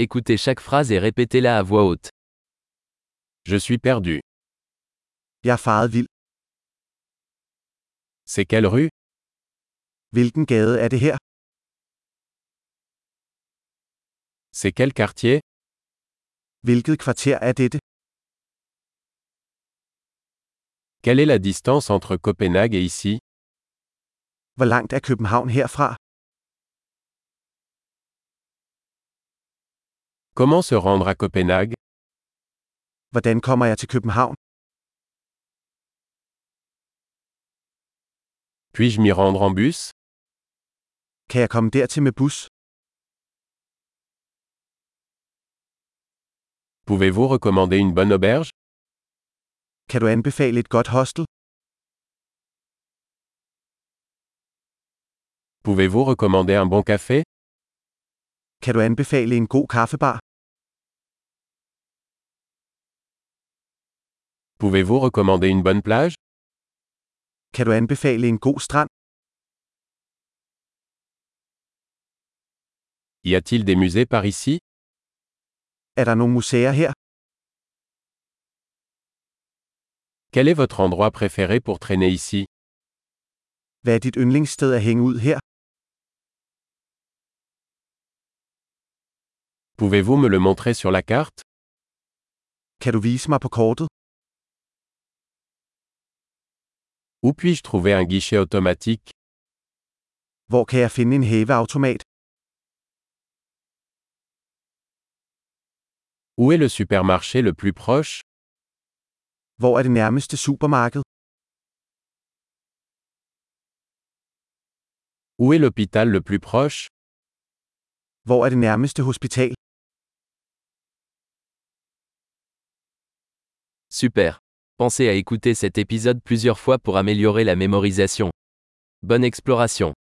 Écoutez chaque phrase et répétez-la à voix haute. Je suis perdu. Jeg er faret vild. C'est quelle rue Hvilken gade er det her? C'est quel quartier Hvilket kvarter er dette? Quelle est la distance entre Copenhague et ici Hvor langt er København herfra? Comment se rendre à Copenhague Hvordan kommer jeg til København? Puis-je m'y rendre en bus Kan jeg komme dertil med bus? Pouvez-vous recommander une bonne auberge Kan du anbefale et godt hostel? Pouvez-vous recommander un bon café Kan du anbefale en god kaffebar? Pouvez-vous recommander une bonne plage Kan du anbefale en god strand? Y a-t-il des musées par ici Er der nogle museer her? Quel est votre endroit préféré pour traîner ici Hvad er dit yndlingssted at hænge ud her? Pouvez-vous me le montrer sur la carte Kan du vise mig på kortet? Où puis-je trouver un guichet automatique Hvor kan jeg finde en hæveautomat? Où est le supermarché le plus proche Hvor er det nærmeste supermarked? Où est l'hôpital le plus proche Hvor er det nærmeste hospital? Super. Pensez à écouter cet épisode plusieurs fois pour améliorer la mémorisation. Bonne exploration.